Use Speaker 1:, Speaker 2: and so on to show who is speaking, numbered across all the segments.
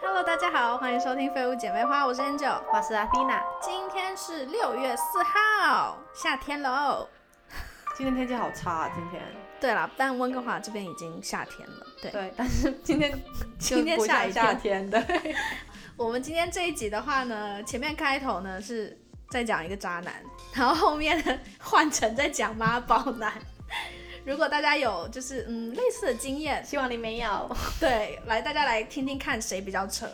Speaker 1: Hello，大家好，欢迎收听废物姐妹花，我是 Angel，
Speaker 2: 我是阿 t 娜，
Speaker 1: 今天是六月四号，夏天喽。
Speaker 2: 今天天气好差、啊，今天。
Speaker 1: 对了，但温哥华这边已经夏天了。对，
Speaker 2: 对，但是今 天
Speaker 1: 今天
Speaker 2: 就不
Speaker 1: 下
Speaker 2: 像
Speaker 1: 雨
Speaker 2: 夏天的，
Speaker 1: 我们今天这一集的话呢，前面开头呢是在讲一个渣男，然后后面呢换成在讲妈宝男。如果大家有就是嗯类似的经验，
Speaker 2: 希望你没有。
Speaker 1: 对，来大家来听听看谁比较扯。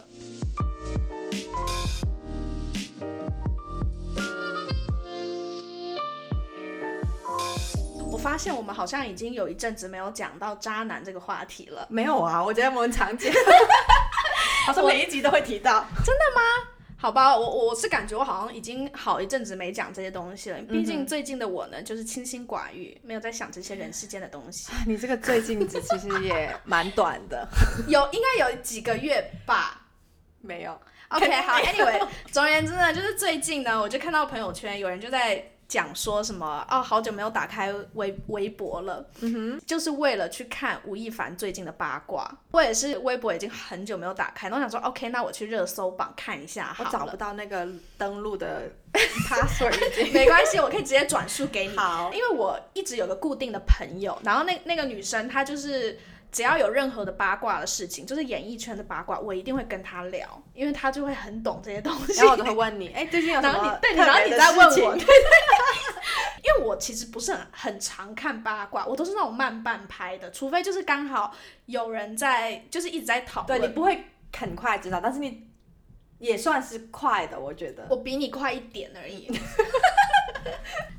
Speaker 1: 我发现我们好像已经有一阵子没有讲到渣男这个话题了，
Speaker 2: 没有啊，我觉得我们常 见，好像每一集都会提到。
Speaker 1: 好吧？我我是感觉我好像已经好一阵子没讲这些东西了，毕竟最近的我呢，就是清心寡欲，没有在想这些人世间的东西。
Speaker 2: 你这个最近子其实也蛮短的，
Speaker 1: 有应该有几个月吧，
Speaker 2: 没有。
Speaker 1: OK，
Speaker 2: 肯定
Speaker 1: 好
Speaker 2: 没有
Speaker 1: ，Anyway，总而 言之呢，就是最近呢，我就看到朋友圈有人就在讲说什么哦，好久没有打开微微博了，嗯哼，就是为了去看吴亦凡最近的八卦。我也是微博已经很久没有打开，然后想说 OK，那我去热搜榜看一下好
Speaker 2: 我
Speaker 1: 了，
Speaker 2: 找不到那个登录的 password 已经。
Speaker 1: 没关系，我可以直接转述给你。
Speaker 2: 好，
Speaker 1: 因为我一直有个固定的朋友，然后那那个女生她就是只要有任何的八卦的事情，就是演艺圈的八卦，我一定会跟她聊，因为她就会很懂这些东西。
Speaker 2: 然后我就会问你，哎，最近有什
Speaker 1: 然后
Speaker 2: 么
Speaker 1: 你对，
Speaker 2: 特
Speaker 1: 然后
Speaker 2: 别
Speaker 1: 你
Speaker 2: 的
Speaker 1: 再问
Speaker 2: 事情
Speaker 1: 我，对对对，因为我其实不是很很常看八卦，我都是那种慢半拍的，除非就是刚好有人在，就是一直在讨
Speaker 2: 对你
Speaker 1: 论。
Speaker 2: 不会很快知道，但是你也算是快的，我觉得。
Speaker 1: 我比你快一点而已。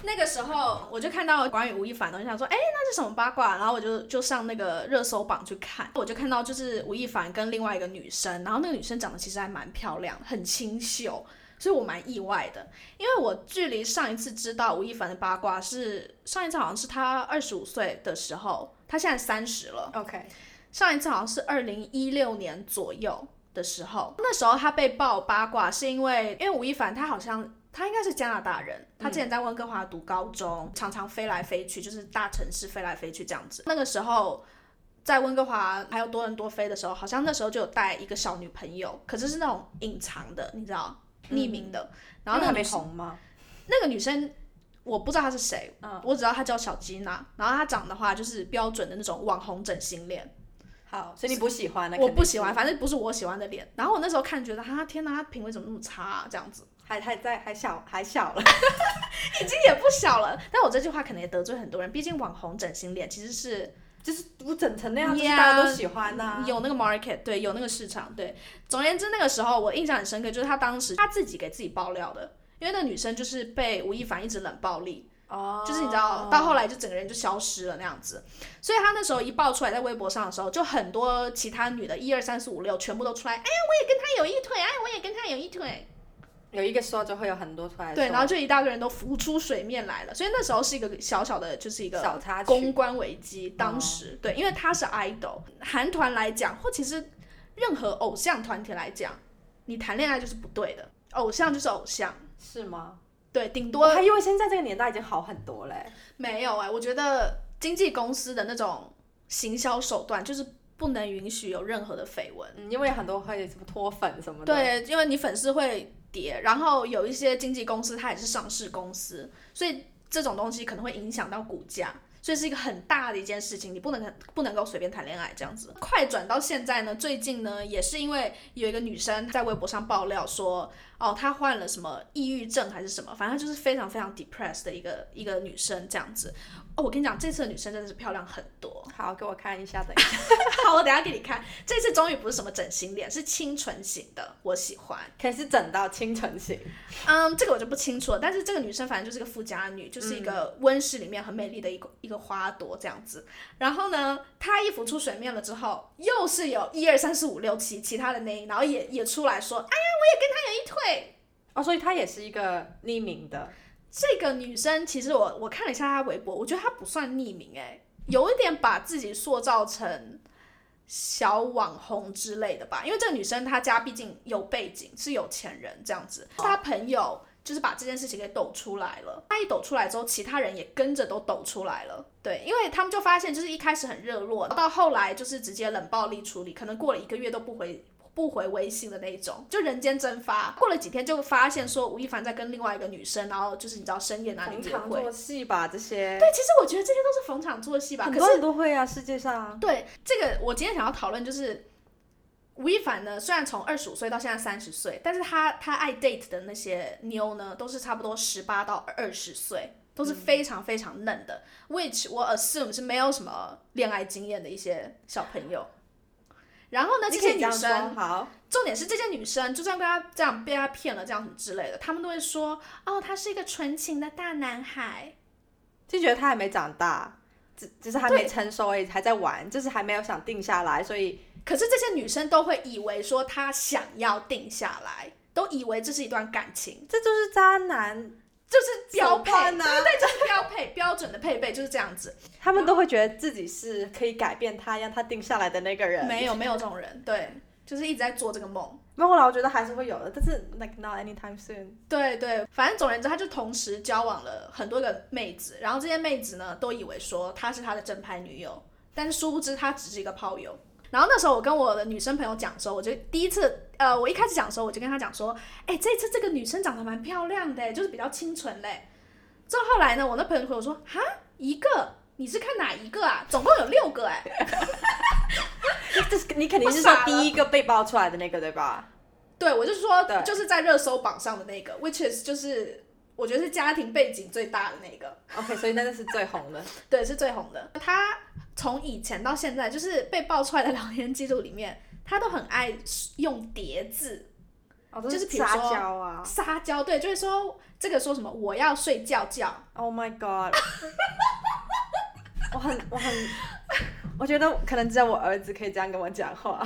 Speaker 1: 那个时候我就看到关于吴亦凡的，我就想说，哎，那是什么八卦？然后我就就上那个热搜榜去看，我就看到就是吴亦凡跟另外一个女生，然后那个女生长得其实还蛮漂亮，很清秀，所以我蛮意外的，因为我距离上一次知道吴亦凡的八卦是上一次好像是他二十五岁的时候，他现在三十了。
Speaker 2: OK，
Speaker 1: 上一次好像是二零一六年左右的时候，那时候他被爆八卦是因为，因为吴亦凡他好像他应该是加拿大人，他之前在温哥华读高中，常常飞来飞去，就是大城市飞来飞去这样子。那个时候。在温哥华还有多伦多飞的时候，好像那时候就有带一个小女朋友，可是是那种隐藏的，你知道，
Speaker 2: 嗯
Speaker 1: 匿名的。然后那个
Speaker 2: 还没
Speaker 1: 女生，
Speaker 2: 红吗？
Speaker 1: 那个女生我不知道她是谁，
Speaker 2: 嗯
Speaker 1: 我只知道她叫小吉娜。然后她长的话就是标准的那种网红整形脸，
Speaker 2: 好，所以你不喜欢那啊
Speaker 1: 我
Speaker 2: 肯定
Speaker 1: 不
Speaker 2: 是
Speaker 1: 喜欢，反正不是我喜欢的脸。然后我那时候看，觉得哈天哪，他品味怎么那么差、啊？这样子
Speaker 2: 还还在还小还小了，
Speaker 1: 已经也不小了。但我这句话可能也得罪很多人，毕竟网红整形脸其实是
Speaker 2: 就是我整成那样，就是
Speaker 1: Yeah
Speaker 2: 大家都喜欢啊呐、
Speaker 1: 有那个 market，对，有那个市场，对。总而言之，那个时候我印象很深刻，就是他当时他自己给自己爆料的，因为那女生就是被吴亦凡一直冷暴力，
Speaker 2: 哦
Speaker 1: 就是你知道，到后来就整个人就消失了那样子。所以他那时候一爆出来在微博上的时候，就很多其他女的，一二三四五六全部都出来，哎呀，我也跟他有一腿，哎，我也跟他有一腿，有
Speaker 2: 有一个说就会有很多出来
Speaker 1: 对，
Speaker 2: 说
Speaker 1: 然后就一大堆人都浮出水面来了。所以那时候是一个小小的，就是一个
Speaker 2: 小插曲，
Speaker 1: 公关危机。
Speaker 2: 哦
Speaker 1: 当时、对，因为他是 idol，韩团来讲，或其实任何偶像团体来讲，你谈恋爱就是不对的，偶像就是偶像，
Speaker 2: 是吗？
Speaker 1: 对，顶多
Speaker 2: 我还以为现在这个年代已经好很多嘞、
Speaker 1: 没有哎、我觉得经纪公司的那种行销手段就是不能允许有任何的绯闻。
Speaker 2: 嗯，因为很多会什么脱粉什么的，，
Speaker 1: 对，因为你粉丝会跌，然后有一些经纪公司它也是上市公司，所以这种东西可能会影响到股价。所以是一个很大的一件事情，你不能不能够随便谈恋爱这样子。快转到现在呢，最近呢也是因为有一个女生在微博上爆料说，哦，她患了什么抑郁症还是什么，反正她就是非常非常 depressed 的一个一个女生这样子。哦，我跟你讲，这次的女生真的是漂亮很多，
Speaker 2: 好，给我看一下的，
Speaker 1: 好，我等一下给你看。这次终于不是什么整形脸，是清纯型的，我喜欢。
Speaker 2: 可以是整到清纯型，
Speaker 1: 嗯，这个我就不清楚了。但是这个女生反正就是个富家女，就是一个温室里面很美丽的一个一个花朵这样子。然后呢，她一浮出水面了之后，又是有一二三四五六七其他的那一，然后也也出来说，哎呀，我也跟她有一腿。
Speaker 2: 哦，所以他也是一个匿名的，
Speaker 1: 这个女生其实我我看了一下她微博，我觉得她不算匿名哎、有一点把自己塑造成小网红之类的吧。因为这个女生她家毕竟有背景，是有钱人这样子，她朋友就是把这件事情给抖出来了。她一抖出来之后，其他人也跟着都抖出来了。对，因为他们就发现，就是一开始很热络，到后来就是直接冷暴力处理，可能过了一个月都不回。不回微信的那一种，就人间蒸发。过了几天就发现说吴亦凡在跟另外一个女生，然后就是你知道深夜哪里
Speaker 2: 逢
Speaker 1: 约
Speaker 2: 场
Speaker 1: 会。
Speaker 2: 作戏吧，这些
Speaker 1: 对，其实我觉得这些都是逢场作戏吧。
Speaker 2: 很
Speaker 1: 可
Speaker 2: 多
Speaker 1: 是
Speaker 2: 人都会啊，世界上
Speaker 1: 对这个，我今天想要讨论就是吴亦凡呢，虽然从二十五岁到现在三十岁，但是他他爱 date 的那些妞呢，都是差不多十八到二十岁，都
Speaker 2: 嗯
Speaker 1: 是非常非常嫩的、w h i c h 我 assume 是没有什么恋爱经验的一些小朋友。然后呢，
Speaker 2: 你
Speaker 1: 这
Speaker 2: 可
Speaker 1: 些
Speaker 2: 以这
Speaker 1: 女
Speaker 2: 样说
Speaker 1: 生
Speaker 2: 好，
Speaker 1: 重点是这些女生，就算被他这样被他骗了，这样什么之类的，他们都会说，哦，他是一个纯情的大男孩。
Speaker 2: 就觉得他还没长大，只只是还没成熟而已，还在玩，就是还没有想定下来，所以
Speaker 1: 可是这些女生都会以为说他想要定下来，都以为这是一段感情，
Speaker 2: 这就是渣男
Speaker 1: 就是 标配，
Speaker 2: 手段啊
Speaker 1: 对对，就是 标配，标准的配备就是这样子。
Speaker 2: 他们都会觉得自己是可以改变他，让他定下来的那个人。
Speaker 1: 没有没有这种人，对，就是一直在做这个梦。
Speaker 2: 没有啦，我觉得还是会有的，但是 like not anytime soon。
Speaker 1: 对对，反正总而言之，他就同时交往了很多个妹子，然后这些妹子呢都以为说她是他的正牌女友，但是殊不知她只是一个炮友。然后那时候我跟我的女生朋友讲的时候，我就第一次，呃，我一开始讲的时候，我就跟她讲说，哎，这次这个女生长得蛮漂亮的，就是比较清纯嘞。之后后来呢，我那朋友回我说，哈，一个，你是看哪一个啊？总共有六个哎。
Speaker 2: 这是啊你肯定是
Speaker 1: 我
Speaker 2: 说
Speaker 1: 傻了
Speaker 2: 第一个被爆出来的那个对吧？
Speaker 1: 对，我就说
Speaker 2: 对，
Speaker 1: 就是在热搜榜上的那个，which is 就是我觉得是家庭背景最大的那个。
Speaker 2: OK，所以那个是最红 的。
Speaker 1: 对，是最红的。他从以前到现在，就是被爆出来的聊天记录里面，他都很爱用叠字、
Speaker 2: 哦，
Speaker 1: 都是
Speaker 2: 就是
Speaker 1: 撒
Speaker 2: 撒娇啊
Speaker 1: 撒娇，对，就是说这个说什么我要睡觉觉，
Speaker 2: ！Oh my god！我很我很，我觉得可能只有我儿子可以这样跟我讲话。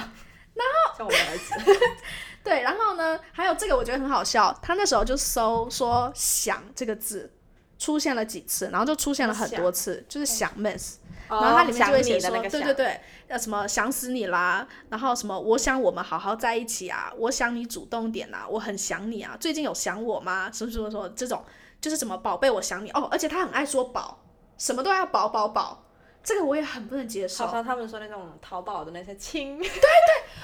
Speaker 2: 然后像我们儿子，
Speaker 1: 对，然后呢，还有这个我觉得很好笑，他那时候就搜说“想”这个字。出现了几次，然后就出现了很多次，就是想 miss，、然后它里面就会
Speaker 2: 哦想
Speaker 1: 写
Speaker 2: 你的
Speaker 1: 说，
Speaker 2: 那个
Speaker 1: 对
Speaker 2: 想
Speaker 1: 对对，呃，什么想死你啦，然后什么我想我们好好在一起啊，我想你主动点啊，我很想你啊，最近有想我吗？什么什么什么这种，就是什么宝贝我想你哦，而且他很爱说宝，什么都要宝宝宝，这个我也很不能接受
Speaker 2: 好，像他们说那种淘宝的那些亲，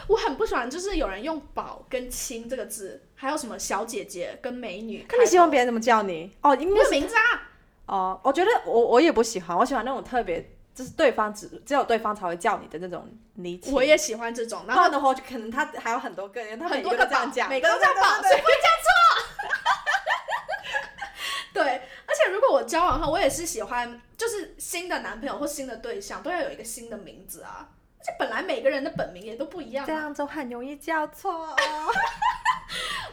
Speaker 1: 我很不喜欢就是有人用宝跟亲这个字，还有什么小姐姐跟美女，
Speaker 2: 那你希
Speaker 1: 希望
Speaker 2: 望别人怎么叫你？哦，因
Speaker 1: 没
Speaker 2: 为
Speaker 1: 有名字啊，
Speaker 2: 哦，我觉得我我也不喜欢，我喜欢那种特别，就是对方只只有对方才会叫 你的那种昵称。
Speaker 1: 我也喜欢这种，然
Speaker 2: 然
Speaker 1: 后
Speaker 2: 后的话，就可能他还有很多个人，他
Speaker 1: 很
Speaker 2: 每
Speaker 1: 多
Speaker 2: 个
Speaker 1: 个
Speaker 2: 都这样讲，
Speaker 1: 宝每个都这样
Speaker 2: 对
Speaker 1: 宝，
Speaker 2: 对对
Speaker 1: 谁不会叫错？ 对，而且如果我交往后，我也是喜欢，就是新的男朋友或新的对象都要有一个新的名字啊。而且本来每个人的本名也都不一样
Speaker 2: 这
Speaker 1: 啊、
Speaker 2: 样就很容易叫错哦。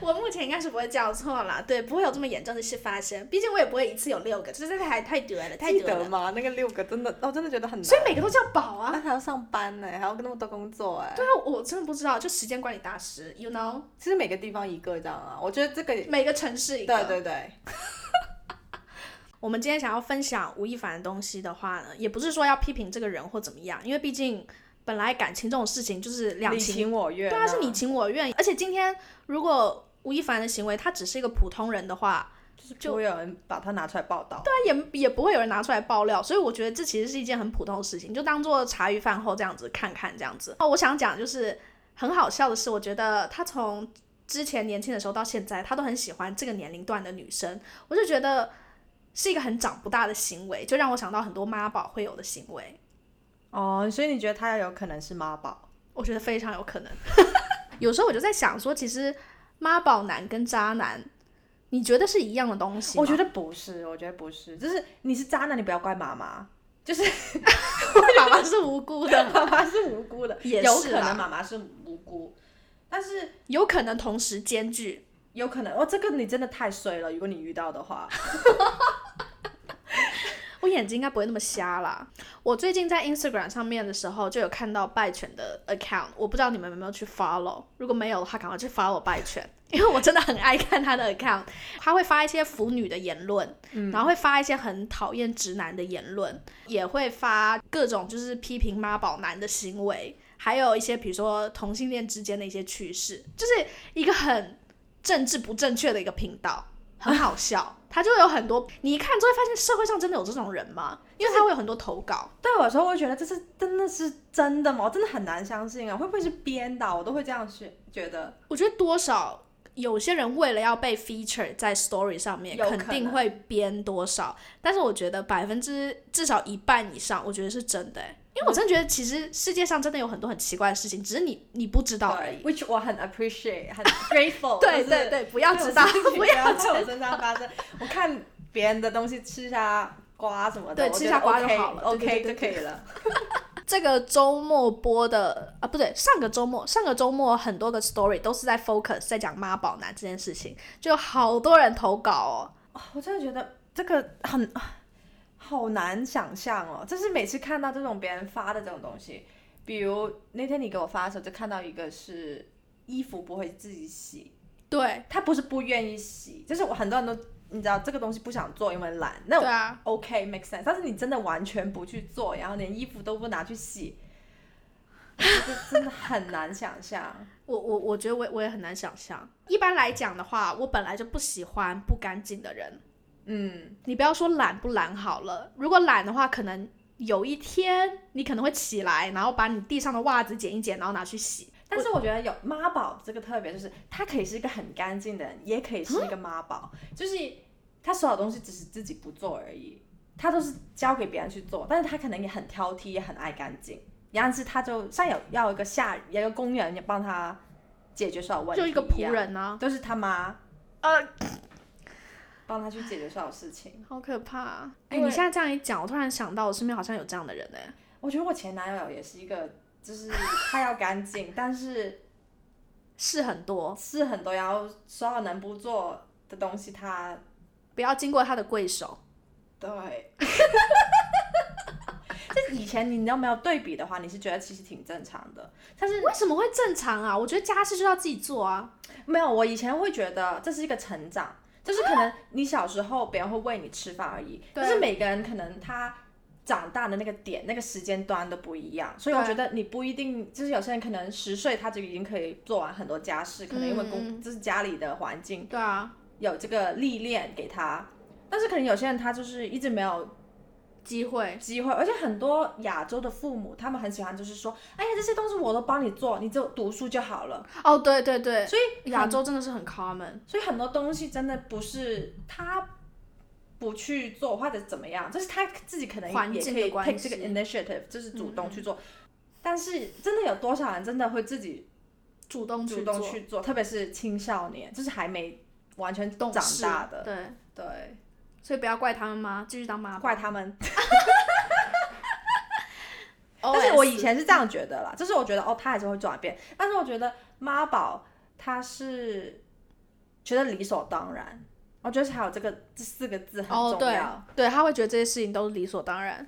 Speaker 1: 我目前应该是不会叫错啦，对，不会有这么严重的事发生。毕竟我也不会一次有六个，这这太太多了， 太
Speaker 2: 记
Speaker 1: 多
Speaker 2: 得
Speaker 1: 了。
Speaker 2: 吗？那个六个真的，哦我真的觉得很
Speaker 1: 所
Speaker 2: 难。
Speaker 1: 以每个都叫宝啊。
Speaker 2: 那还要上班呢，还要跟那么多工作哎。
Speaker 1: 对啊，我真的不知道，就时间管理大师，you know，
Speaker 2: 其实每个地方一个这样啊，我觉得这个也
Speaker 1: 每个城市一个。
Speaker 2: 对对对，
Speaker 1: 我们今天想要分享吴亦凡的东西的话呢，也不是说要批评这个人或怎么样，因为毕竟本来感情这种事情就是两
Speaker 2: 你
Speaker 1: 情，
Speaker 2: 情我愿
Speaker 1: 对
Speaker 2: 啊。
Speaker 1: 啊，是你情我愿。而且今天如果吴亦凡的行为他只是一个普通人的话，
Speaker 2: 就会有人把它拿出来报道。
Speaker 1: 当然也也不会有人拿出来爆料，所以我觉得这其实是一件很普通的事情，就当做茶余饭后这样子看看这样子。哦，我想讲就是很好笑的是，我觉得他从之前年轻的时候到现在，他都很喜欢这个年龄段的女生，我就觉得是一个很长不大的行为，就让我想到很多妈宝会有的行为，
Speaker 2: 哦，所以你觉得他有可能是妈宝？
Speaker 1: 我觉得非常有可能。 有时候我就在想说，其实妈宝男跟渣男，你觉得是一样的东西吗？
Speaker 2: 我觉得不是，我觉得不是，就是你是渣男，你不要怪妈妈，就是
Speaker 1: 爸爸是无辜的，
Speaker 2: 妈 妈是无辜的，
Speaker 1: 也
Speaker 2: 有
Speaker 1: 是
Speaker 2: 可
Speaker 1: 啦
Speaker 2: 能妈妈是无辜，但是
Speaker 1: 有可能同时兼具。
Speaker 2: 有可能哦，这个你真的太衰了，如果你遇到的话，
Speaker 1: 我眼睛应该不会那么瞎啦。我最近在 Instagram 上面的时候，就有看到拜犬的 account，我不知道你们有没有去 follow。如果没有的话，赶快去 follow 拜犬，因为我真的很爱看他的 account。他会发一些腐女的言论，然后会发一些很讨厌直男的言论，也会发各种就是批评妈宝男的行为，还有一些比如说同性恋之间的一些趣事，就是一个很政治不正确的一个频道。很好笑。他就有很多，你一看就会发现社会上真的有这种人吗？因为他会有很多投稿，
Speaker 2: 对我来说，我会觉得这是真的是真的吗？我真的很难相信啊！会不会是编的啊？我都会这样去觉得。
Speaker 1: 我觉得多少有些人为了要被 feature 在 story 上面，
Speaker 2: 有可
Speaker 1: 肯
Speaker 2: 能
Speaker 1: 定会编多少。但是我觉得百分之至少一半以上，我觉得是真的欸、因为我真的觉得其实世界上真的有很多很奇怪的事情，只是你你不知道而已。
Speaker 2: w h i c h 我很 appreciate，很 grateful 就
Speaker 1: 对
Speaker 2: 是。
Speaker 1: 对对，不要知道，
Speaker 2: 不
Speaker 1: 不
Speaker 2: 要
Speaker 1: 要
Speaker 2: 啊在我身上发生。我看别人的东西吃下瓜什么的，
Speaker 1: 对
Speaker 2: 我
Speaker 1: 吃
Speaker 2: 觉
Speaker 1: 下
Speaker 2: 得
Speaker 1: 瓜就
Speaker 2: OK，
Speaker 1: 好了对
Speaker 2: ，OK
Speaker 1: 对对
Speaker 2: 就可以了。
Speaker 1: 这个周末播的啊，不对，上个周末，上个周末很多个 story 都是在 focus 在讲妈宝男这件事情，就有好多人投稿哦。
Speaker 2: 哦我真的觉得这个很好难想象哦，就是每次看到这种别人发的这种东西，比如那天你给我发的时候，就看到一个是衣服不会自己洗，
Speaker 1: 对，
Speaker 2: 他不是不愿意洗，就是我很多人都你知道这个东西不想做，因为懒。那
Speaker 1: 对啊，
Speaker 2: OK make sense，但是你真的完全不去做，然后连衣服都不拿去洗，我觉得真的很难想象。
Speaker 1: 我我我觉得我也我也很难想象。一般来讲的话，我本来就不喜欢不干净的人。
Speaker 2: 嗯，
Speaker 1: 你不要说懒不懒好了，如果懒的话，可能有一天你可能会起来，然后把你地上的袜子捡一捡，然后拿去洗。
Speaker 2: 但是我觉得有妈宝这个特别，就是他可以是一个很干净的人，也可以是一
Speaker 1: 嗯
Speaker 2: 个妈宝，就是他所有东西只是自己不做而已，他都是交给别人去做，但是他可能也很挑剔，也很爱干净。然后是他就像有要一个下有一个工人也帮他解决所有问题，
Speaker 1: 就一个仆人啊，
Speaker 2: 都是他妈，呃，帮他去解决所有事情。
Speaker 1: 好可怕、啊！哎、
Speaker 2: 因为
Speaker 1: 你现在这样一讲，我突然想到，我身边好像有这样的人哎、
Speaker 2: 我觉得我前男友也是一个，就是他要干净，但是
Speaker 1: 是很多，
Speaker 2: 是很多，然后所有能不做的东西他
Speaker 1: 不要经过他的贵手。
Speaker 2: 对。 就以前你都没有对比的话，你是觉得其实挺正常的。但是
Speaker 1: 为什么会正常啊？我觉得家事就要自己做啊。
Speaker 2: 没有，我以前会觉得这是一个成长，就是可能你小时候别人会喂你吃饭而已，
Speaker 1: 对
Speaker 2: 但是每个人可能他长大的那个点、那个时间段都不一样，所以我
Speaker 1: 对
Speaker 2: 觉得你不一定，就是有些人可能十岁他就已经可以做完很多家事，可能因为工、
Speaker 1: 嗯
Speaker 2: 就是家里的环境
Speaker 1: 对啊，
Speaker 2: 有这个历练给他，但是可能有些人他就是一直没有
Speaker 1: 机会。
Speaker 2: 机会，而且很多亚洲的父母他们很喜欢就是说，哎呀这些东西我都帮你做，你就读书就好了。
Speaker 1: 哦，对对对，
Speaker 2: 所
Speaker 1: 以亚洲真的是很 common。
Speaker 2: 所以很多东西真的不是他不去做或者怎么样，就是他自己可能
Speaker 1: 环
Speaker 2: 也
Speaker 1: 境
Speaker 2: 可
Speaker 1: 的
Speaker 2: 以
Speaker 1: 关
Speaker 2: take 这个
Speaker 1: 系嗯
Speaker 2: initiative，就是主动去做。但是真的有多少人真的会自己
Speaker 1: 主动去
Speaker 2: 主
Speaker 1: 做
Speaker 2: 动去做，特别是青少年，就是还没完全长
Speaker 1: 懂事
Speaker 2: 大的，
Speaker 1: 对，
Speaker 2: 对，
Speaker 1: 所以不要怪他们妈，继续当妈。
Speaker 2: 怪他们。
Speaker 1: OS，
Speaker 2: 哦但是我以前是这样觉得啦，就是我觉得哦，他还是会转变，但是我觉得妈宝他是觉得理所当然，我觉得还有这个这四个字很
Speaker 1: 哦，
Speaker 2: 重
Speaker 1: 对
Speaker 2: 要。
Speaker 1: 对，他会觉得这些事情都是理所当然。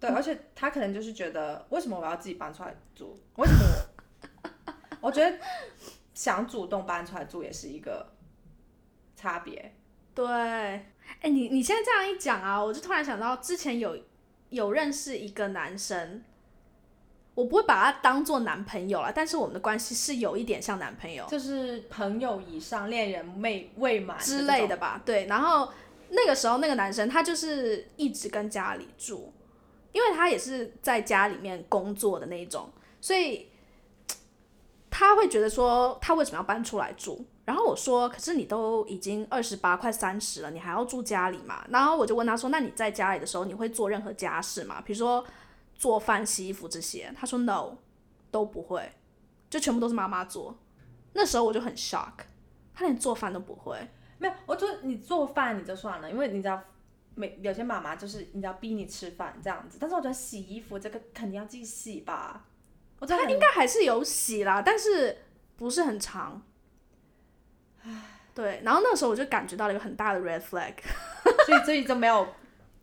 Speaker 2: 对，而且他可能就是觉得，为什么我要自己搬出来住？为什么我？我 觉得想主动搬出来住也是一个差别。
Speaker 1: 对，哎，你你现在这样一讲啊，我就突然想到之前有有认识一个男生，我不会把他当做男朋友啦，但是我们的关系是有一点像男朋友。
Speaker 2: 哦就是朋友以上、恋人未未满
Speaker 1: 之类
Speaker 2: 的
Speaker 1: 的吧。对，然后那个时候那个男生他就是一直跟家里住，因为他也是在家里面工作的那一种，所以他会觉得说他为什么要搬出来住？然后我说，可是你都已经二十八快三十了，你还要住家里嘛？然后我就问他说，那你在家里的时候你会做任何家事吗？比如说做饭、洗衣服这些？他说 no，都不会，就全部都是妈妈做。那时候我就很 shock，他连做饭都不会。
Speaker 2: 这种。没有，我就你做饭你就算了，因为你知道，每有些妈妈就是你知道逼你吃饭这样子，但是我觉得洗衣服这个肯定要自己洗吧。我真的很
Speaker 1: 应该还是有洗啦，但是不是很长。对，然后那时候我就感觉到了一个很大的 red flag，
Speaker 2: 所以所以就没有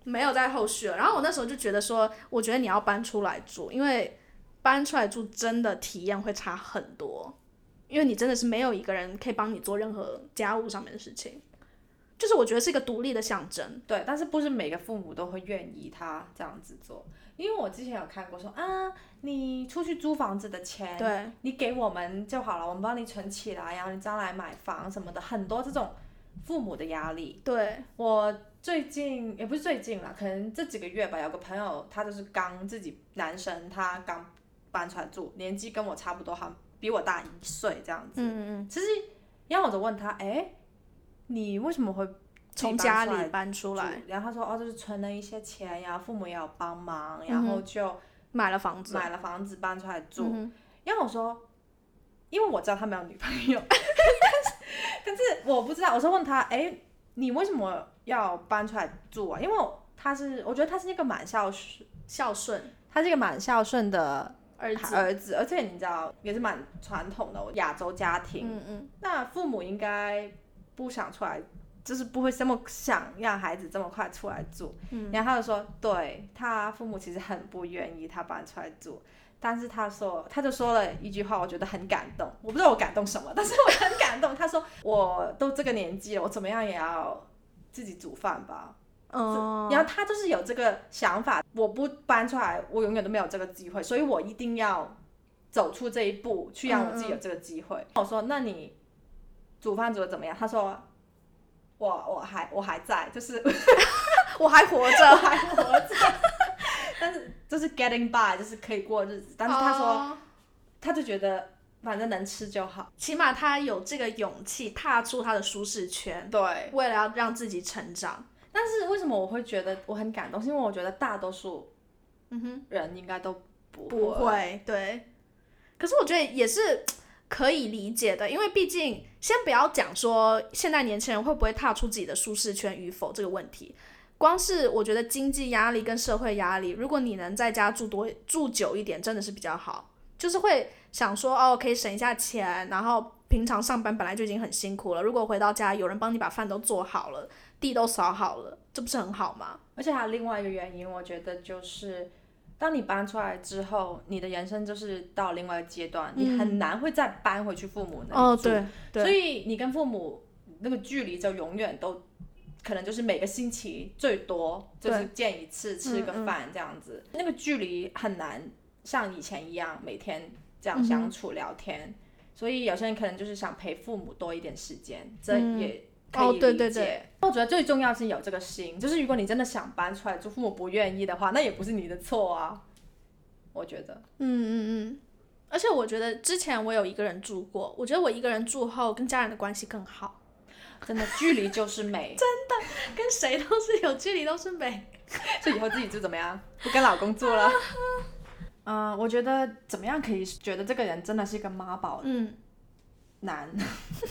Speaker 1: 没有在后续了。然后我那时候就觉得说，我觉得你要搬出来住，因为搬出来住真的体验会差很多，因为你真的是没有一个人可以帮你做任何家务上面的事情，就是我觉得是一个独立的象征。
Speaker 2: 对，但是不是每个父母都会愿意他这样子做，因为我之前有看过说啊，你出去租房子的钱，
Speaker 1: 对，
Speaker 2: 你给我们就好了，我们帮你存起来，然后你将来买房什么的，很多这种父母的压力。
Speaker 1: 对，
Speaker 2: 我最近也不是最近啦，可能这几个月吧，有个朋友他就是刚自己男生，他刚搬出来住，年纪跟我差不多，好像比我大一岁这样子。
Speaker 1: 嗯嗯，
Speaker 2: 其实，然后我就问他，哎，你为什么会
Speaker 1: 从家
Speaker 2: 自己搬出来
Speaker 1: 里搬出来，
Speaker 2: 住然后他说，哦，就是存了一些钱呀，父母也有帮忙，
Speaker 1: 嗯哼
Speaker 2: 然后就
Speaker 1: 买了房子，
Speaker 2: 买了房子搬出来住。
Speaker 1: 嗯哼
Speaker 2: 然后我说，因为我知道他没有女朋 友，但是但是我不知道，我是问他，哎，你为什么要搬出来住啊？因为我他是，我觉得他是一个蛮孝顺，
Speaker 1: 孝顺
Speaker 2: 他是一个蛮孝顺的
Speaker 1: 儿子，
Speaker 2: 儿子，而且你知道也是蛮传统的亚洲家庭，
Speaker 1: 嗯嗯，
Speaker 2: 那父母应该不想出来，就是不会这么想让孩子这么快出来住。
Speaker 1: 嗯
Speaker 2: 然后他就说，对他父母其实很不愿意他搬出来住，但是他说，他就说了一句话，我觉得很感动。我不知道我感动什么，但是我很感动。他说，我都这个年纪了，我怎么样也要自己煮饭吧。
Speaker 1: 哦，
Speaker 2: 然后他就是有这个想法，我不搬出来，我永远都没有这个机会，所以我一定要走出这一步，去让我自己有这个机
Speaker 1: 嗯
Speaker 2: 会。我说：“那你煮饭煮的怎么样？”他说：“我我还我还在，就是
Speaker 1: 我还活
Speaker 2: 我
Speaker 1: 着，
Speaker 2: 还活着，但是就是 getting by，就是可以过日子。”但是他说，
Speaker 1: 哦
Speaker 2: 他就觉得反正能吃就好。
Speaker 1: 起码他有这个勇气踏出他的舒适圈，
Speaker 2: 对，
Speaker 1: 为了要让自己成长，
Speaker 2: 但是为什么我会觉得我很感动？是因为我觉得大多数
Speaker 1: 嗯哼。
Speaker 2: 人应该都不
Speaker 1: 不会，对。可是我觉得也是可以理解的，因为毕竟先不要讲说现在年轻人会不会踏出自己的舒适圈与否这个问题，光是我觉得经济压力跟社会压力，如果你能在家住多住久一点，真的是比较好。就是会想说，哦，可以省一下钱，然后平常上班本来就已经很辛苦了，如果回到家有人帮你把饭都做好了，地都扫好了，这不是很好吗？
Speaker 2: 而且还有另外一个原因，我觉得就是，当你搬出来之后，你的人生就是到另外一个阶段，你很难会再搬回去父母那里
Speaker 1: 哦
Speaker 2: 住，所
Speaker 1: 对，
Speaker 2: 以你跟父母那个距离就永远都可能就是每个星期最多就是见一次，吃个饭这样
Speaker 1: 嗯
Speaker 2: 子，那个距离很难像以前一样每天这样相处聊天。
Speaker 1: 嗯
Speaker 2: 所以有些人可能就是想陪父母多一点时间，这
Speaker 1: 嗯
Speaker 2: 也可以
Speaker 1: 哦
Speaker 2: 理解。
Speaker 1: 对对对
Speaker 2: 我觉得最重要是有这个心，就是如果你真的想搬出来住，父母不愿意的话，那也不是你的错啊。我觉 得，
Speaker 1: 嗯嗯嗯，而且我觉得之前我有一个人住过，我觉得我一个人住后跟家人的关系更 好，
Speaker 2: 真的距离就是美。
Speaker 1: 跟谁都是有距离，都是美。
Speaker 2: 所以以后自己住怎么样？不跟老公住 了。嗯、我觉得怎么样可以觉得这个人真的是一个妈宝
Speaker 1: 嗯，
Speaker 2: 男，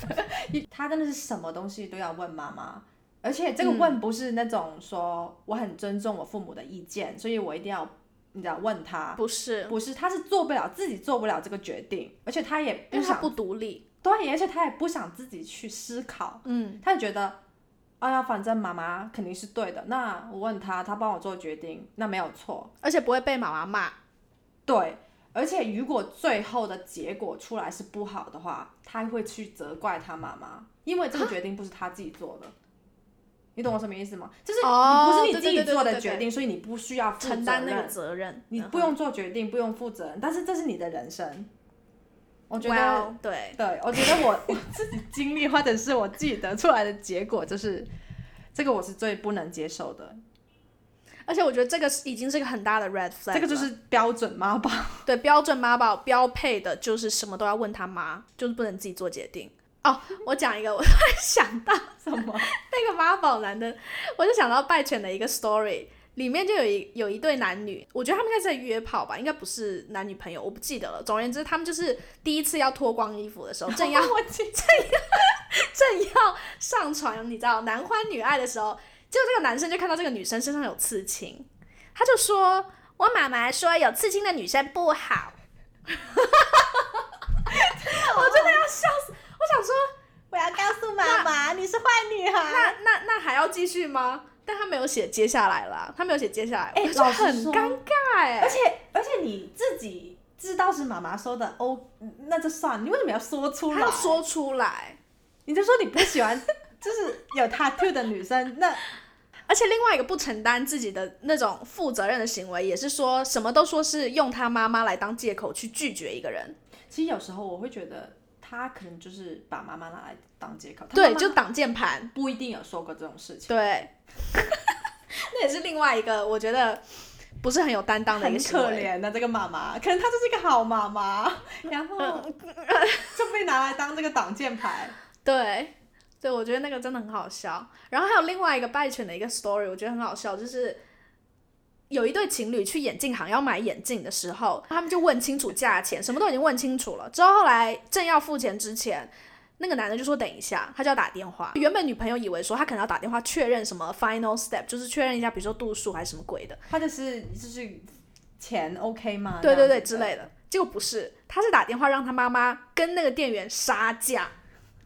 Speaker 2: 他真的是什么东西都要问妈妈，而且这个问不是那种说我很尊重我父母的意见，所以我一定要你知道问他，
Speaker 1: 不是，
Speaker 2: 不是，他是做不了自己做不了这个决定，而且他也
Speaker 1: 因
Speaker 2: 不
Speaker 1: 为他
Speaker 2: 想
Speaker 1: 不独立。
Speaker 2: 对，而且他也不想自己去思考，
Speaker 1: 嗯，
Speaker 2: 他就觉得，哎呀，反正妈妈肯定是对的，那我问他，他帮我做决定，那没有错，
Speaker 1: 而且不会被妈妈骂。
Speaker 2: 对，而且如果最后的结果出来是不好的话，他会去责怪他妈妈，因为这个决定不是他自己做的。你懂我什么意思吗？就是
Speaker 1: 哦
Speaker 2: 你不是你
Speaker 1: 对
Speaker 2: 自
Speaker 1: 对
Speaker 2: 己
Speaker 1: 对对
Speaker 2: 做的
Speaker 1: 对对
Speaker 2: 决定，所以你不需啊要负
Speaker 1: 承
Speaker 2: 责
Speaker 1: 担那
Speaker 2: 任
Speaker 1: 个责任，
Speaker 2: 你
Speaker 1: 嗯
Speaker 2: 不用做决定，不用负责任，但是这是你的人生。我觉得
Speaker 1: Well，对，
Speaker 2: 对，我觉得我我自己经历或者是我自己得出来的结果，就是这个我是最不能接受的，
Speaker 1: 而且我觉得这个是已经是个很大的 red flag，
Speaker 2: 这个就
Speaker 1: 了
Speaker 2: 是标准妈宝。
Speaker 1: 对标准妈宝标配的，就是什么都要问他妈，就是不能自己做决定。哦，我讲一个，我突然想到。
Speaker 2: 什么？
Speaker 1: 那个妈宝男的， 我就想到拜犬的一个 story，里面就有一有一对男女，我觉得他们应该是在约炮吧，应该不是男女朋友，我不记得了。总而言之，他们就是第一次要脱光衣服的
Speaker 2: 哦
Speaker 1: 时候，正要
Speaker 2: 我记
Speaker 1: 正要上床，你知道男欢女爱的时候，结果这个男生就看到这个女生身上有刺青，他就说：“我妈妈说有刺青的女生不
Speaker 2: 啊
Speaker 1: 好。”我真的要笑死！我想说，
Speaker 2: 我要告诉妈妈，你是坏女孩。
Speaker 1: 那那那还要继续吗？但他没有写接下来啦，他没有写接下来，
Speaker 2: 哎
Speaker 1: 我就
Speaker 2: 老实
Speaker 1: 很
Speaker 2: 说
Speaker 1: 尴尬哎、
Speaker 2: 而且而且你自己知道是妈妈说的哦，那就算了，你为什么要说出
Speaker 1: 他
Speaker 2: 来
Speaker 1: 要？说出来，
Speaker 2: 你就说你不喜欢， 就是有 tattoo 的女生，那
Speaker 1: 而且另外一个不承担自己的那种负责任的行为，也是说什么都说是用他妈妈来当借口去拒绝一个人。
Speaker 2: 其实有时候我会觉得他他可能就是把妈妈拿来当借口，他
Speaker 1: 对，
Speaker 2: 妈
Speaker 1: 就挡箭盘，
Speaker 2: 不一定有说过这种事情。
Speaker 1: 对，那也是另外一个我觉得不是很有担当的一
Speaker 2: 很
Speaker 1: 个行
Speaker 2: 可
Speaker 1: 为。
Speaker 2: 怜的这个妈妈，可能她就是一个好妈 妈，然后就被拿来当这个挡箭牌。
Speaker 1: 对，对，我觉得那个真的很好笑。然后还有另外一个败犬的一个 story，我觉得很好笑，就是有一对情侣去眼镜行要买眼镜的时候，他们就问清楚价钱，什么都已经问清楚了。之后后来正要付钱之前。那个男的就说等一下，他就要打电话。原本女朋友以为说他可能要打电话确认什么 final step，就是确认一下，比如说度数还是什么鬼的。
Speaker 2: 她就是就是钱 OK 吗？
Speaker 1: 对对
Speaker 2: 这
Speaker 1: 对，
Speaker 2: 样子
Speaker 1: 之。类的。结果不是，他是打电话让他妈妈跟那个店员杀价，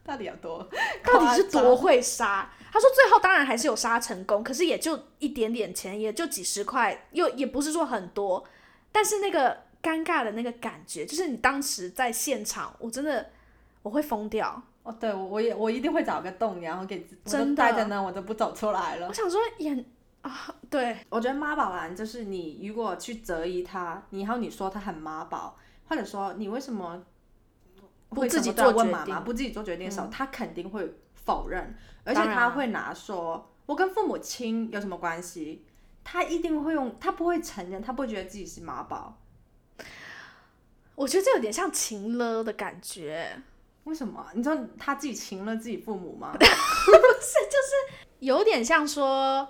Speaker 2: 到底有多？
Speaker 1: 到底是多会杀？他说最后当然还是有杀成功，可是也就一点点钱，也就几十块，又也不是说很多，但是那个尴尬的那个感觉，就是你当时在现场，我真的我会疯掉。
Speaker 2: 哦，对我我也我一定会找个洞，然后给自我就
Speaker 1: 真的
Speaker 2: 待在那，我都不走出来了
Speaker 1: 我。想说演啊，对
Speaker 2: 我觉得妈宝男就是你，如果去质疑他，然后你说他很妈宝，或者说你为什么
Speaker 1: 不
Speaker 2: 会
Speaker 1: 自己
Speaker 2: 什么都要
Speaker 1: 做
Speaker 2: 问
Speaker 1: 决
Speaker 2: 妈妈，
Speaker 1: 定嗯
Speaker 2: 不自己做决定的时候，他肯定会否认，而且
Speaker 1: 当然
Speaker 2: 他
Speaker 1: 啊
Speaker 2: 会拿说我跟父母亲有什么关系，他一定会用，他不会承认，他不会觉得自己是妈宝，
Speaker 1: 我觉得这有点像情勒的感觉，
Speaker 2: 为什么？你知道他自己亲了自己父母 吗？
Speaker 1: 有点像说。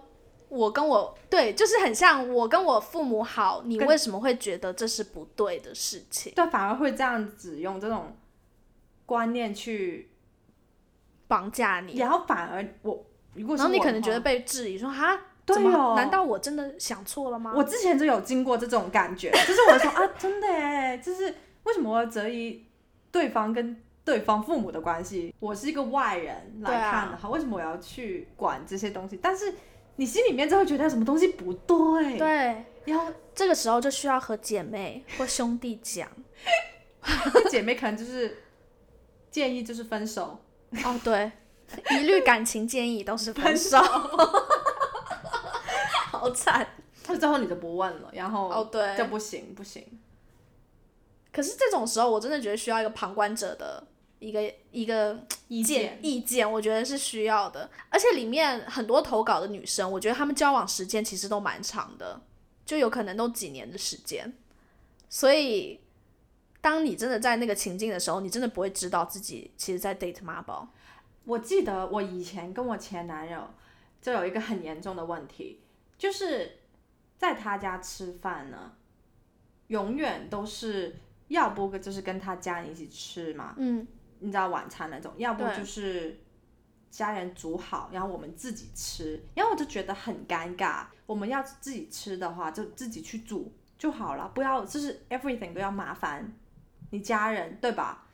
Speaker 1: 我跟我对，就是很像我跟我父母好，你
Speaker 2: 跟
Speaker 1: 为什么会觉得这是不对的事情？
Speaker 2: 对，反而会这样子用这种观念去，
Speaker 1: 绑架你，
Speaker 2: 然后反而我如果是
Speaker 1: 然后你
Speaker 2: 我
Speaker 1: 可
Speaker 2: 的
Speaker 1: 能觉
Speaker 2: 话
Speaker 1: 得被质疑说哈，
Speaker 2: 对
Speaker 1: 怎么
Speaker 2: 哦
Speaker 1: 难道我真的想错了吗？
Speaker 2: 我之前就有经过这种感觉， 就是我说啊，真的哎，就是为什么我要质疑对方跟对方父母的关系？我是一个外人来
Speaker 1: 对啊
Speaker 2: 看的话，为什么我要去管这些东西？但是你心里面就会觉得什么东西不对，
Speaker 1: 对，
Speaker 2: 然后
Speaker 1: 这个时候就需要和姐 妹或兄弟讲。
Speaker 2: 那姐妹可能就是建议就是分手，
Speaker 1: 哦，对，一律感情建议都是分 手， 好惨。
Speaker 2: 那最后你就不问了，然
Speaker 1: 哦，
Speaker 2: 后就
Speaker 1: 对。
Speaker 2: 不行不行，
Speaker 1: 可是这种时候，我真的觉得需要一个旁观者的一个一个
Speaker 2: 意
Speaker 1: 见
Speaker 2: 见
Speaker 1: 意见，我觉得是需要的。而且里面很多投稿的女生，我觉得她们交往时间其实都蛮长的，就有可能都几年的时间。所以，当你真的在那个情境的时候，你真的不会知道自己其实在 date 妈宝。
Speaker 2: 我记得我以前跟我前男友就有一个很严重的问题，就是在他家吃饭呢，永远都是要不就是跟他家人一起吃嘛，
Speaker 1: 嗯，
Speaker 2: 你知道晚餐那种，要不
Speaker 1: 对
Speaker 2: 就是家人煮好，然后我们自己吃，然后我就觉得很尴尬。我们要自己吃的话，就自己去煮就好了，不要就是 everything 都要麻烦你家人，对吧？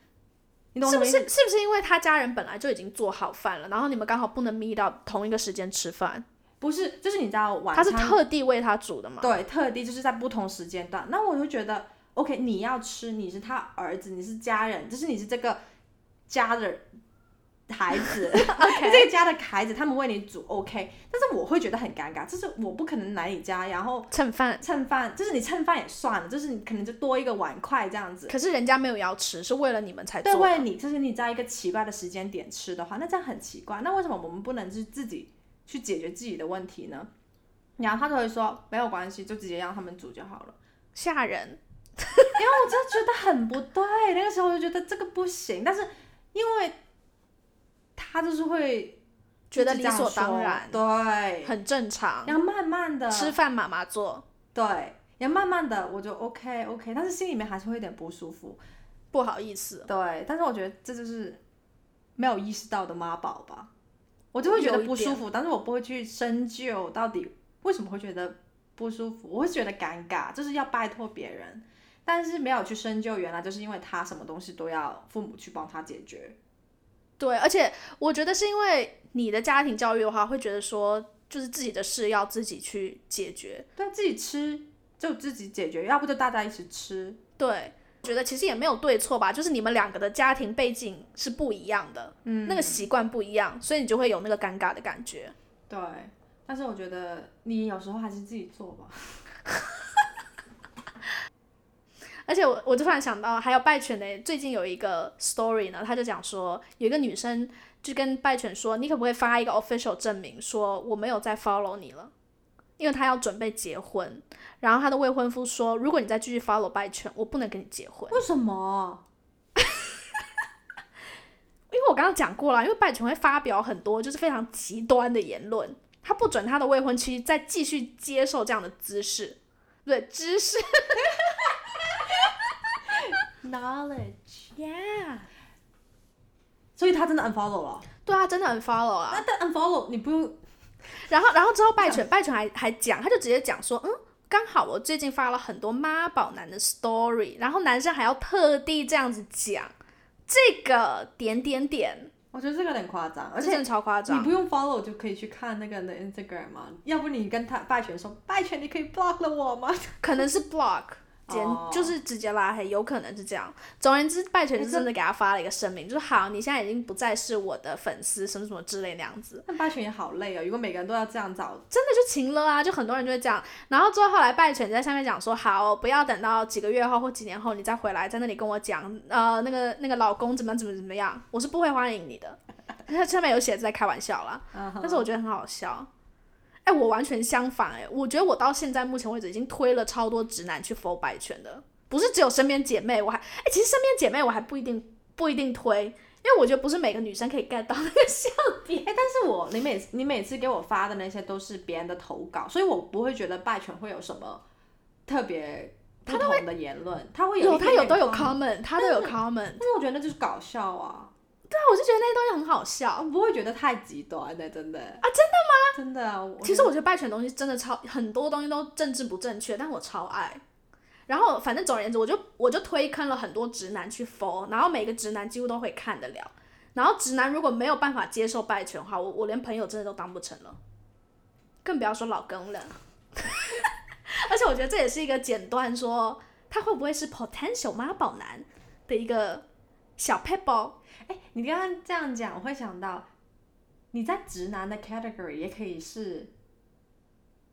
Speaker 2: 你懂我
Speaker 1: 是
Speaker 2: 什
Speaker 1: 不
Speaker 2: 么
Speaker 1: 是
Speaker 2: 意思？
Speaker 1: 是不是因为他家人本来就已经做好饭了，然后你们刚好不能 meet 到同一个时间吃饭？
Speaker 2: 不是，就是你知道晚
Speaker 1: 他
Speaker 2: 餐
Speaker 1: 是特地为他煮的嘛？
Speaker 2: 对，特地就是在不同时间段。那我就觉得，OK，你要吃，你是他儿子，你是家人，就是你是这个家的孩 子
Speaker 1: OK
Speaker 2: 这个家的孩子，他们为你煮 OK。但是我会觉得很尴尬，就是我不可能来你家，然后
Speaker 1: 蹭饭，
Speaker 2: 蹭饭，就是你蹭饭也算了，就是你可能就多一个碗筷这样子。
Speaker 1: 可是人家没有要吃，是为了你们才做
Speaker 2: 对，
Speaker 1: 的。
Speaker 2: 为了你，就是你在一个奇怪的时间点吃的话，那这样很奇怪。那为什么我们不能就是自己去解决自己的问题呢？然后他就会说没有关系，就直接让他们煮就好了。
Speaker 1: 吓人。
Speaker 2: 我真的觉得很不对，那个时候我就觉得这个不行，但是因为他就是会
Speaker 1: 觉得
Speaker 2: 一直这样
Speaker 1: 理所当然
Speaker 2: 说对，
Speaker 1: 很正常。
Speaker 2: 然后慢慢的
Speaker 1: 吃饭妈妈做
Speaker 2: 对，然后慢慢的我就 OK OK，但是心里面还是会有点不舒服，
Speaker 1: 不好意思，
Speaker 2: 对，但是我觉得这就是没有意识到的妈宝吧，我就会觉得不舒服，但是我不会去深究到底为什么会觉得不舒服，我会觉得尴尬，就是要拜托别人，但是没有去深究，原来就是因为他什么东西都要父母去帮他解决，
Speaker 1: 对，而且我觉得是因为你的家庭教育的话，会觉得说就是自己的事要自己去解决，
Speaker 2: 对啊自己吃就自己解决，要不就大家一起吃，
Speaker 1: 对。觉得其实也没有对错吧，就是你们两个的家庭背景是不一样的，
Speaker 2: 嗯
Speaker 1: 那个习惯不一样，所以你就会有那个尴尬的感觉。
Speaker 2: 对，但是我觉得你有时候还是自己做吧，
Speaker 1: 而且我我就突然想到，还有拜犬的最近有一个 story 呢，他就讲说有一个女生就跟拜犬说，你可不可以发一个 official 证明，说我没有在 follow 你了，因为她要准备结婚。然后她的未婚夫说，如果你再继续 follow 拜犬，我不能跟你结婚，
Speaker 2: 为什么？
Speaker 1: 因为我刚刚讲过了，因为拜犬会发表很多就是非常极端的言论，她不准她的未婚妻再继续接受这样的姿势，对姿势
Speaker 2: knowledge，
Speaker 1: ，yeah，
Speaker 2: 所以他真的 unfollow 了。
Speaker 1: 对啊，真的很 follow 啊。
Speaker 2: 那但 unfollow 你不用，
Speaker 1: 然后，然后之后拜犬，拜犬还还讲，他就直接讲说，嗯，刚好我最近发了很多妈宝男的 story，然后男生还要特地这样子讲，这个点点点，
Speaker 2: 我觉得这个有点夸啊张，而
Speaker 1: 这
Speaker 2: 且
Speaker 1: 真的超夸
Speaker 2: 你
Speaker 1: 张。
Speaker 2: 不用 follow 就可以去看那个人的 Instagram 嘛。要不你跟他拜权说，拜权你可以 block 了我吗？
Speaker 1: 可能是 block 简、
Speaker 2: 哦
Speaker 1: 就是直接拉黑，有可能是这样。总而言之，拜犬
Speaker 2: 哎
Speaker 1: 是
Speaker 2: 这
Speaker 1: 真的给他发了一个声明，就是好，你现在已经不再是我的粉丝，什么什么之类那样子。
Speaker 2: 那拜权也好累哦，如果每个人都要这样 找，
Speaker 1: 真的就晴了啊，就很多人就会这样。然后之后后来拜犬在下面讲说，好，不要等到几个月后或几年后你再回来，在那里跟我讲，呃，那个那个老公怎么样怎么怎么样，我是不会欢迎你的。 他下面有写在开玩笑啦，但是我觉得很好笑。哎，我完全相反哎、我觉得我到现在目前为止已经推了超多直男去 follow 白犬的，不是只有身边姐妹，我还哎、其实身边姐妹我还不一定 不一定推，因为我觉得不是每个女生可以 get 到那个笑点。
Speaker 2: 哎，但是我你每你每次给我发的那些都是别人的投稿，所以我不会觉得拜权会有什么特别不同的 言论，他会
Speaker 1: 有
Speaker 2: 一
Speaker 1: 他
Speaker 2: 点
Speaker 1: 有
Speaker 2: 点
Speaker 1: 都有
Speaker 2: comment
Speaker 1: comment，他都有 comment。
Speaker 2: 但是我觉得那就是搞笑啊，
Speaker 1: 对啊，我就觉得那些东西很好笑。
Speaker 2: 我不会觉得太极端的，真的啊，真的吗？真的啊，我
Speaker 1: 其实我觉得拜犬的东西真的超很多东西都政治不正确，但我超爱。然后反正总而言之，我就我就推坑了很多直男去 follow，然后每个直男几乎都会看得了。然后直男如果没有办法接受拜犬的话，我我连朋友真的都当不成了，更不要说老公了。 而且我觉得这也是一个简断说他会不会是 potential 妈宝男的一个小 pebble。
Speaker 2: 哎，你刚刚这样讲，我会想到你在直男的 category 也可以是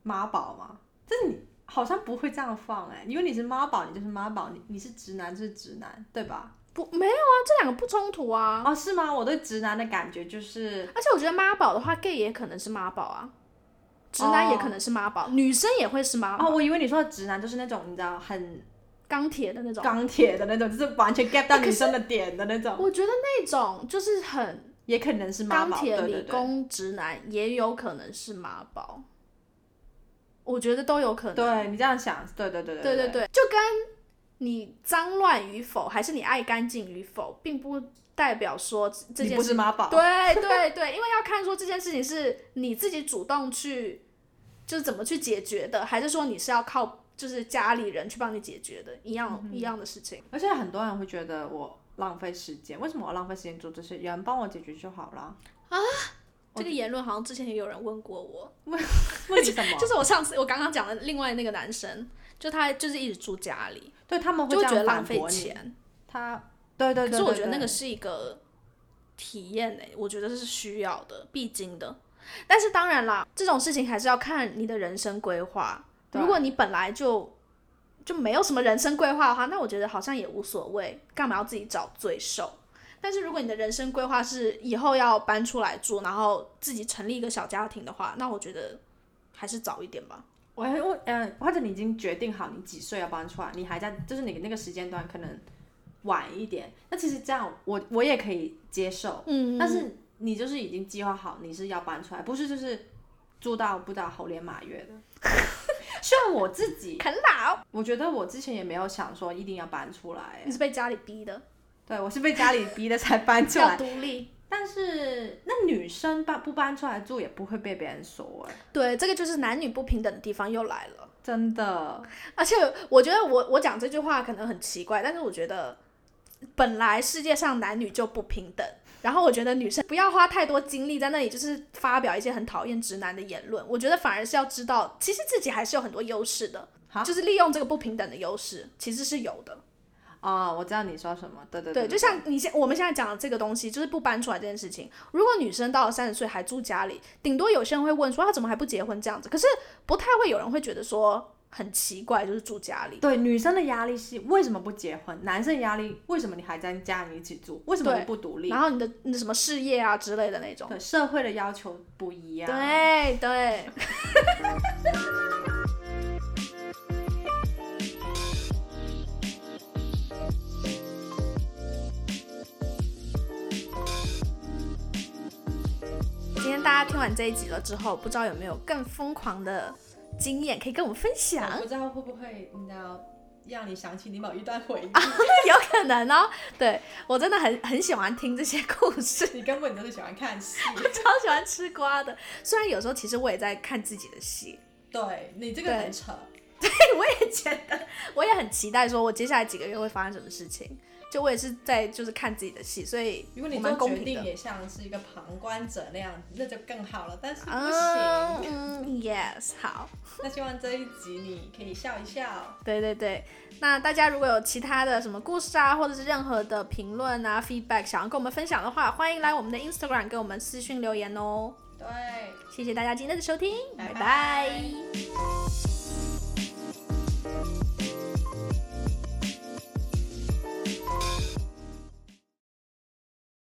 Speaker 2: 妈宝吗？但是你好像不会这样放哎、因为你是妈宝，你就是妈宝，你你是直男就是直男，对吧？
Speaker 1: 不，没有啊，这两个不冲突啊。
Speaker 2: 哦，是吗？我对直男的感觉就是
Speaker 1: 而且我觉得妈宝的话，gay 也可能是妈宝啊，直男也可能是妈宝，女生也会是妈宝，
Speaker 2: 哦，我以为你说的直男就是那种你知道很
Speaker 1: 钢铁的那种。
Speaker 2: 钢铁的那种，就是完全 get 到
Speaker 1: 可
Speaker 2: 女生的点的那种，
Speaker 1: 我觉得那种就是很
Speaker 2: 也可能是妈
Speaker 1: 钢
Speaker 2: 宝，对
Speaker 1: 铁
Speaker 2: 对
Speaker 1: 理
Speaker 2: 对。
Speaker 1: 工直男，也有可能是妈宝。我觉得都有可能。
Speaker 2: 对你这样想，对对对
Speaker 1: 对
Speaker 2: 对
Speaker 1: 对对，就跟你脏乱与否，还是你爱干净与否，并不代表说这
Speaker 2: 你
Speaker 1: 件
Speaker 2: 不
Speaker 1: 事
Speaker 2: 是妈宝，
Speaker 1: 对对对，因为要看说这件事情是你自己主动去，就是怎么去解决的，还是说你是要靠就是家里人去帮你解决的，一样、一样的事情。
Speaker 2: 而且很多人会觉得我浪费时间，为什么我浪费时间做这些？有人帮我解决就好了。我
Speaker 1: 这个言论好像之前也有人问过我，
Speaker 2: 为什么？
Speaker 1: 就是我上次我刚刚讲的另外那个男生，就他就是一直住家里，
Speaker 2: 对他们会
Speaker 1: 就
Speaker 2: 这
Speaker 1: 会觉得浪
Speaker 2: 样反
Speaker 1: 费
Speaker 2: 驳你。
Speaker 1: 钱。
Speaker 2: 他，对对对
Speaker 1: 可是我觉得那个
Speaker 2: 对
Speaker 1: 是一个体验诶、我觉得是需要的，必经的。但是当然啦，这种事情还是要看你的人生规划。
Speaker 2: 对
Speaker 1: 如果你本来就就没有什么人生规划的话，那我觉得好像也无所谓，干嘛要自己找罪受？但是如果你的人生规划是以后要搬出来住，然后自己成立一个小家庭的话，那我觉得还是早一点吧。
Speaker 2: 我还我嗯，或者你已经决定好你几岁要搬出来，你还在就是你那个时间段可能晚一点。那其实这样我我也可以接受，
Speaker 1: 嗯
Speaker 2: 但是你就是已经计划好你是要搬出来，不是就是住到不知道猴年马月的。像我自己，
Speaker 1: 啃老，
Speaker 2: 我觉得我之前也没有想说一定要搬出来
Speaker 1: 你，是被家里逼 的，
Speaker 2: 对我是被家里逼的才搬出
Speaker 1: 要
Speaker 2: 来。
Speaker 1: 独立。
Speaker 2: 但是那女生搬不搬出来住也不会被别人说哎、
Speaker 1: 对，这个就是男女不平等的地方又来了。
Speaker 2: 真的。
Speaker 1: 而且我觉得我我讲这句话可能很奇怪，但是我觉得本来世界上男女就不平等，然后我觉得女生不要花太多精力在那里就是发表一些很讨厌直男的言论，我觉得反而是要知道，其实自己还是有很多优势的，
Speaker 2: 好
Speaker 1: 就是利用这个不平等的优势，其实是有的。
Speaker 2: 啊、我知道你说什么，对对
Speaker 1: 对，
Speaker 2: 对，
Speaker 1: 就像你现我们现在讲的这个东西，就是不搬出来这件事情。如果女生到了三十岁啊还住家里，顶多有些人会问说她怎么还不结婚这样子，可是不太会有人会觉得说很奇怪，就是住家里。
Speaker 2: 对，女生的压力是为什么不结婚？男生的压力为什么你还在家里一起住？为什么
Speaker 1: 对
Speaker 2: 你不独立
Speaker 1: 然？后你的你的什么事业啊之类的那种。
Speaker 2: 对，社会的要求不一样。
Speaker 1: 对对。今天大家听完这一集了之后，不知道有没有更疯狂的经验可以跟我们分享
Speaker 2: 我？不知道会不会，你知道，让你想起你某一段回 忆，
Speaker 1: 有可能哦。对我真的很 很喜欢听这些故事，
Speaker 2: 你根本就是喜欢看戏。
Speaker 1: 超喜欢吃瓜的。虽然有时候其实我也在看自己的戏，
Speaker 2: 对你这
Speaker 1: 个很
Speaker 2: 扯，
Speaker 1: 觉得我也很期待，说我接下来几个月会发生什么事情。就我也是在就是看自己的戏，所以
Speaker 3: 如果你
Speaker 1: 我蛮
Speaker 3: 做
Speaker 1: 公
Speaker 3: 决
Speaker 1: 平
Speaker 3: 定
Speaker 1: 的。
Speaker 3: 也像是一个旁观者那样，那就更好了。但是不行，
Speaker 1: 嗯嗯，yes，好，
Speaker 3: 那希望这一集你可以笑一笑。
Speaker 1: 对对对。那大家如果有其他的什么故事啊，或者是任何的评论啊、feedback 想要跟我们分享的话，欢迎来我们的 Instagram 给我们私讯留言哦。
Speaker 3: 对。
Speaker 1: 谢谢大家今天的收听，拜
Speaker 3: 拜
Speaker 1: 拜
Speaker 3: 拜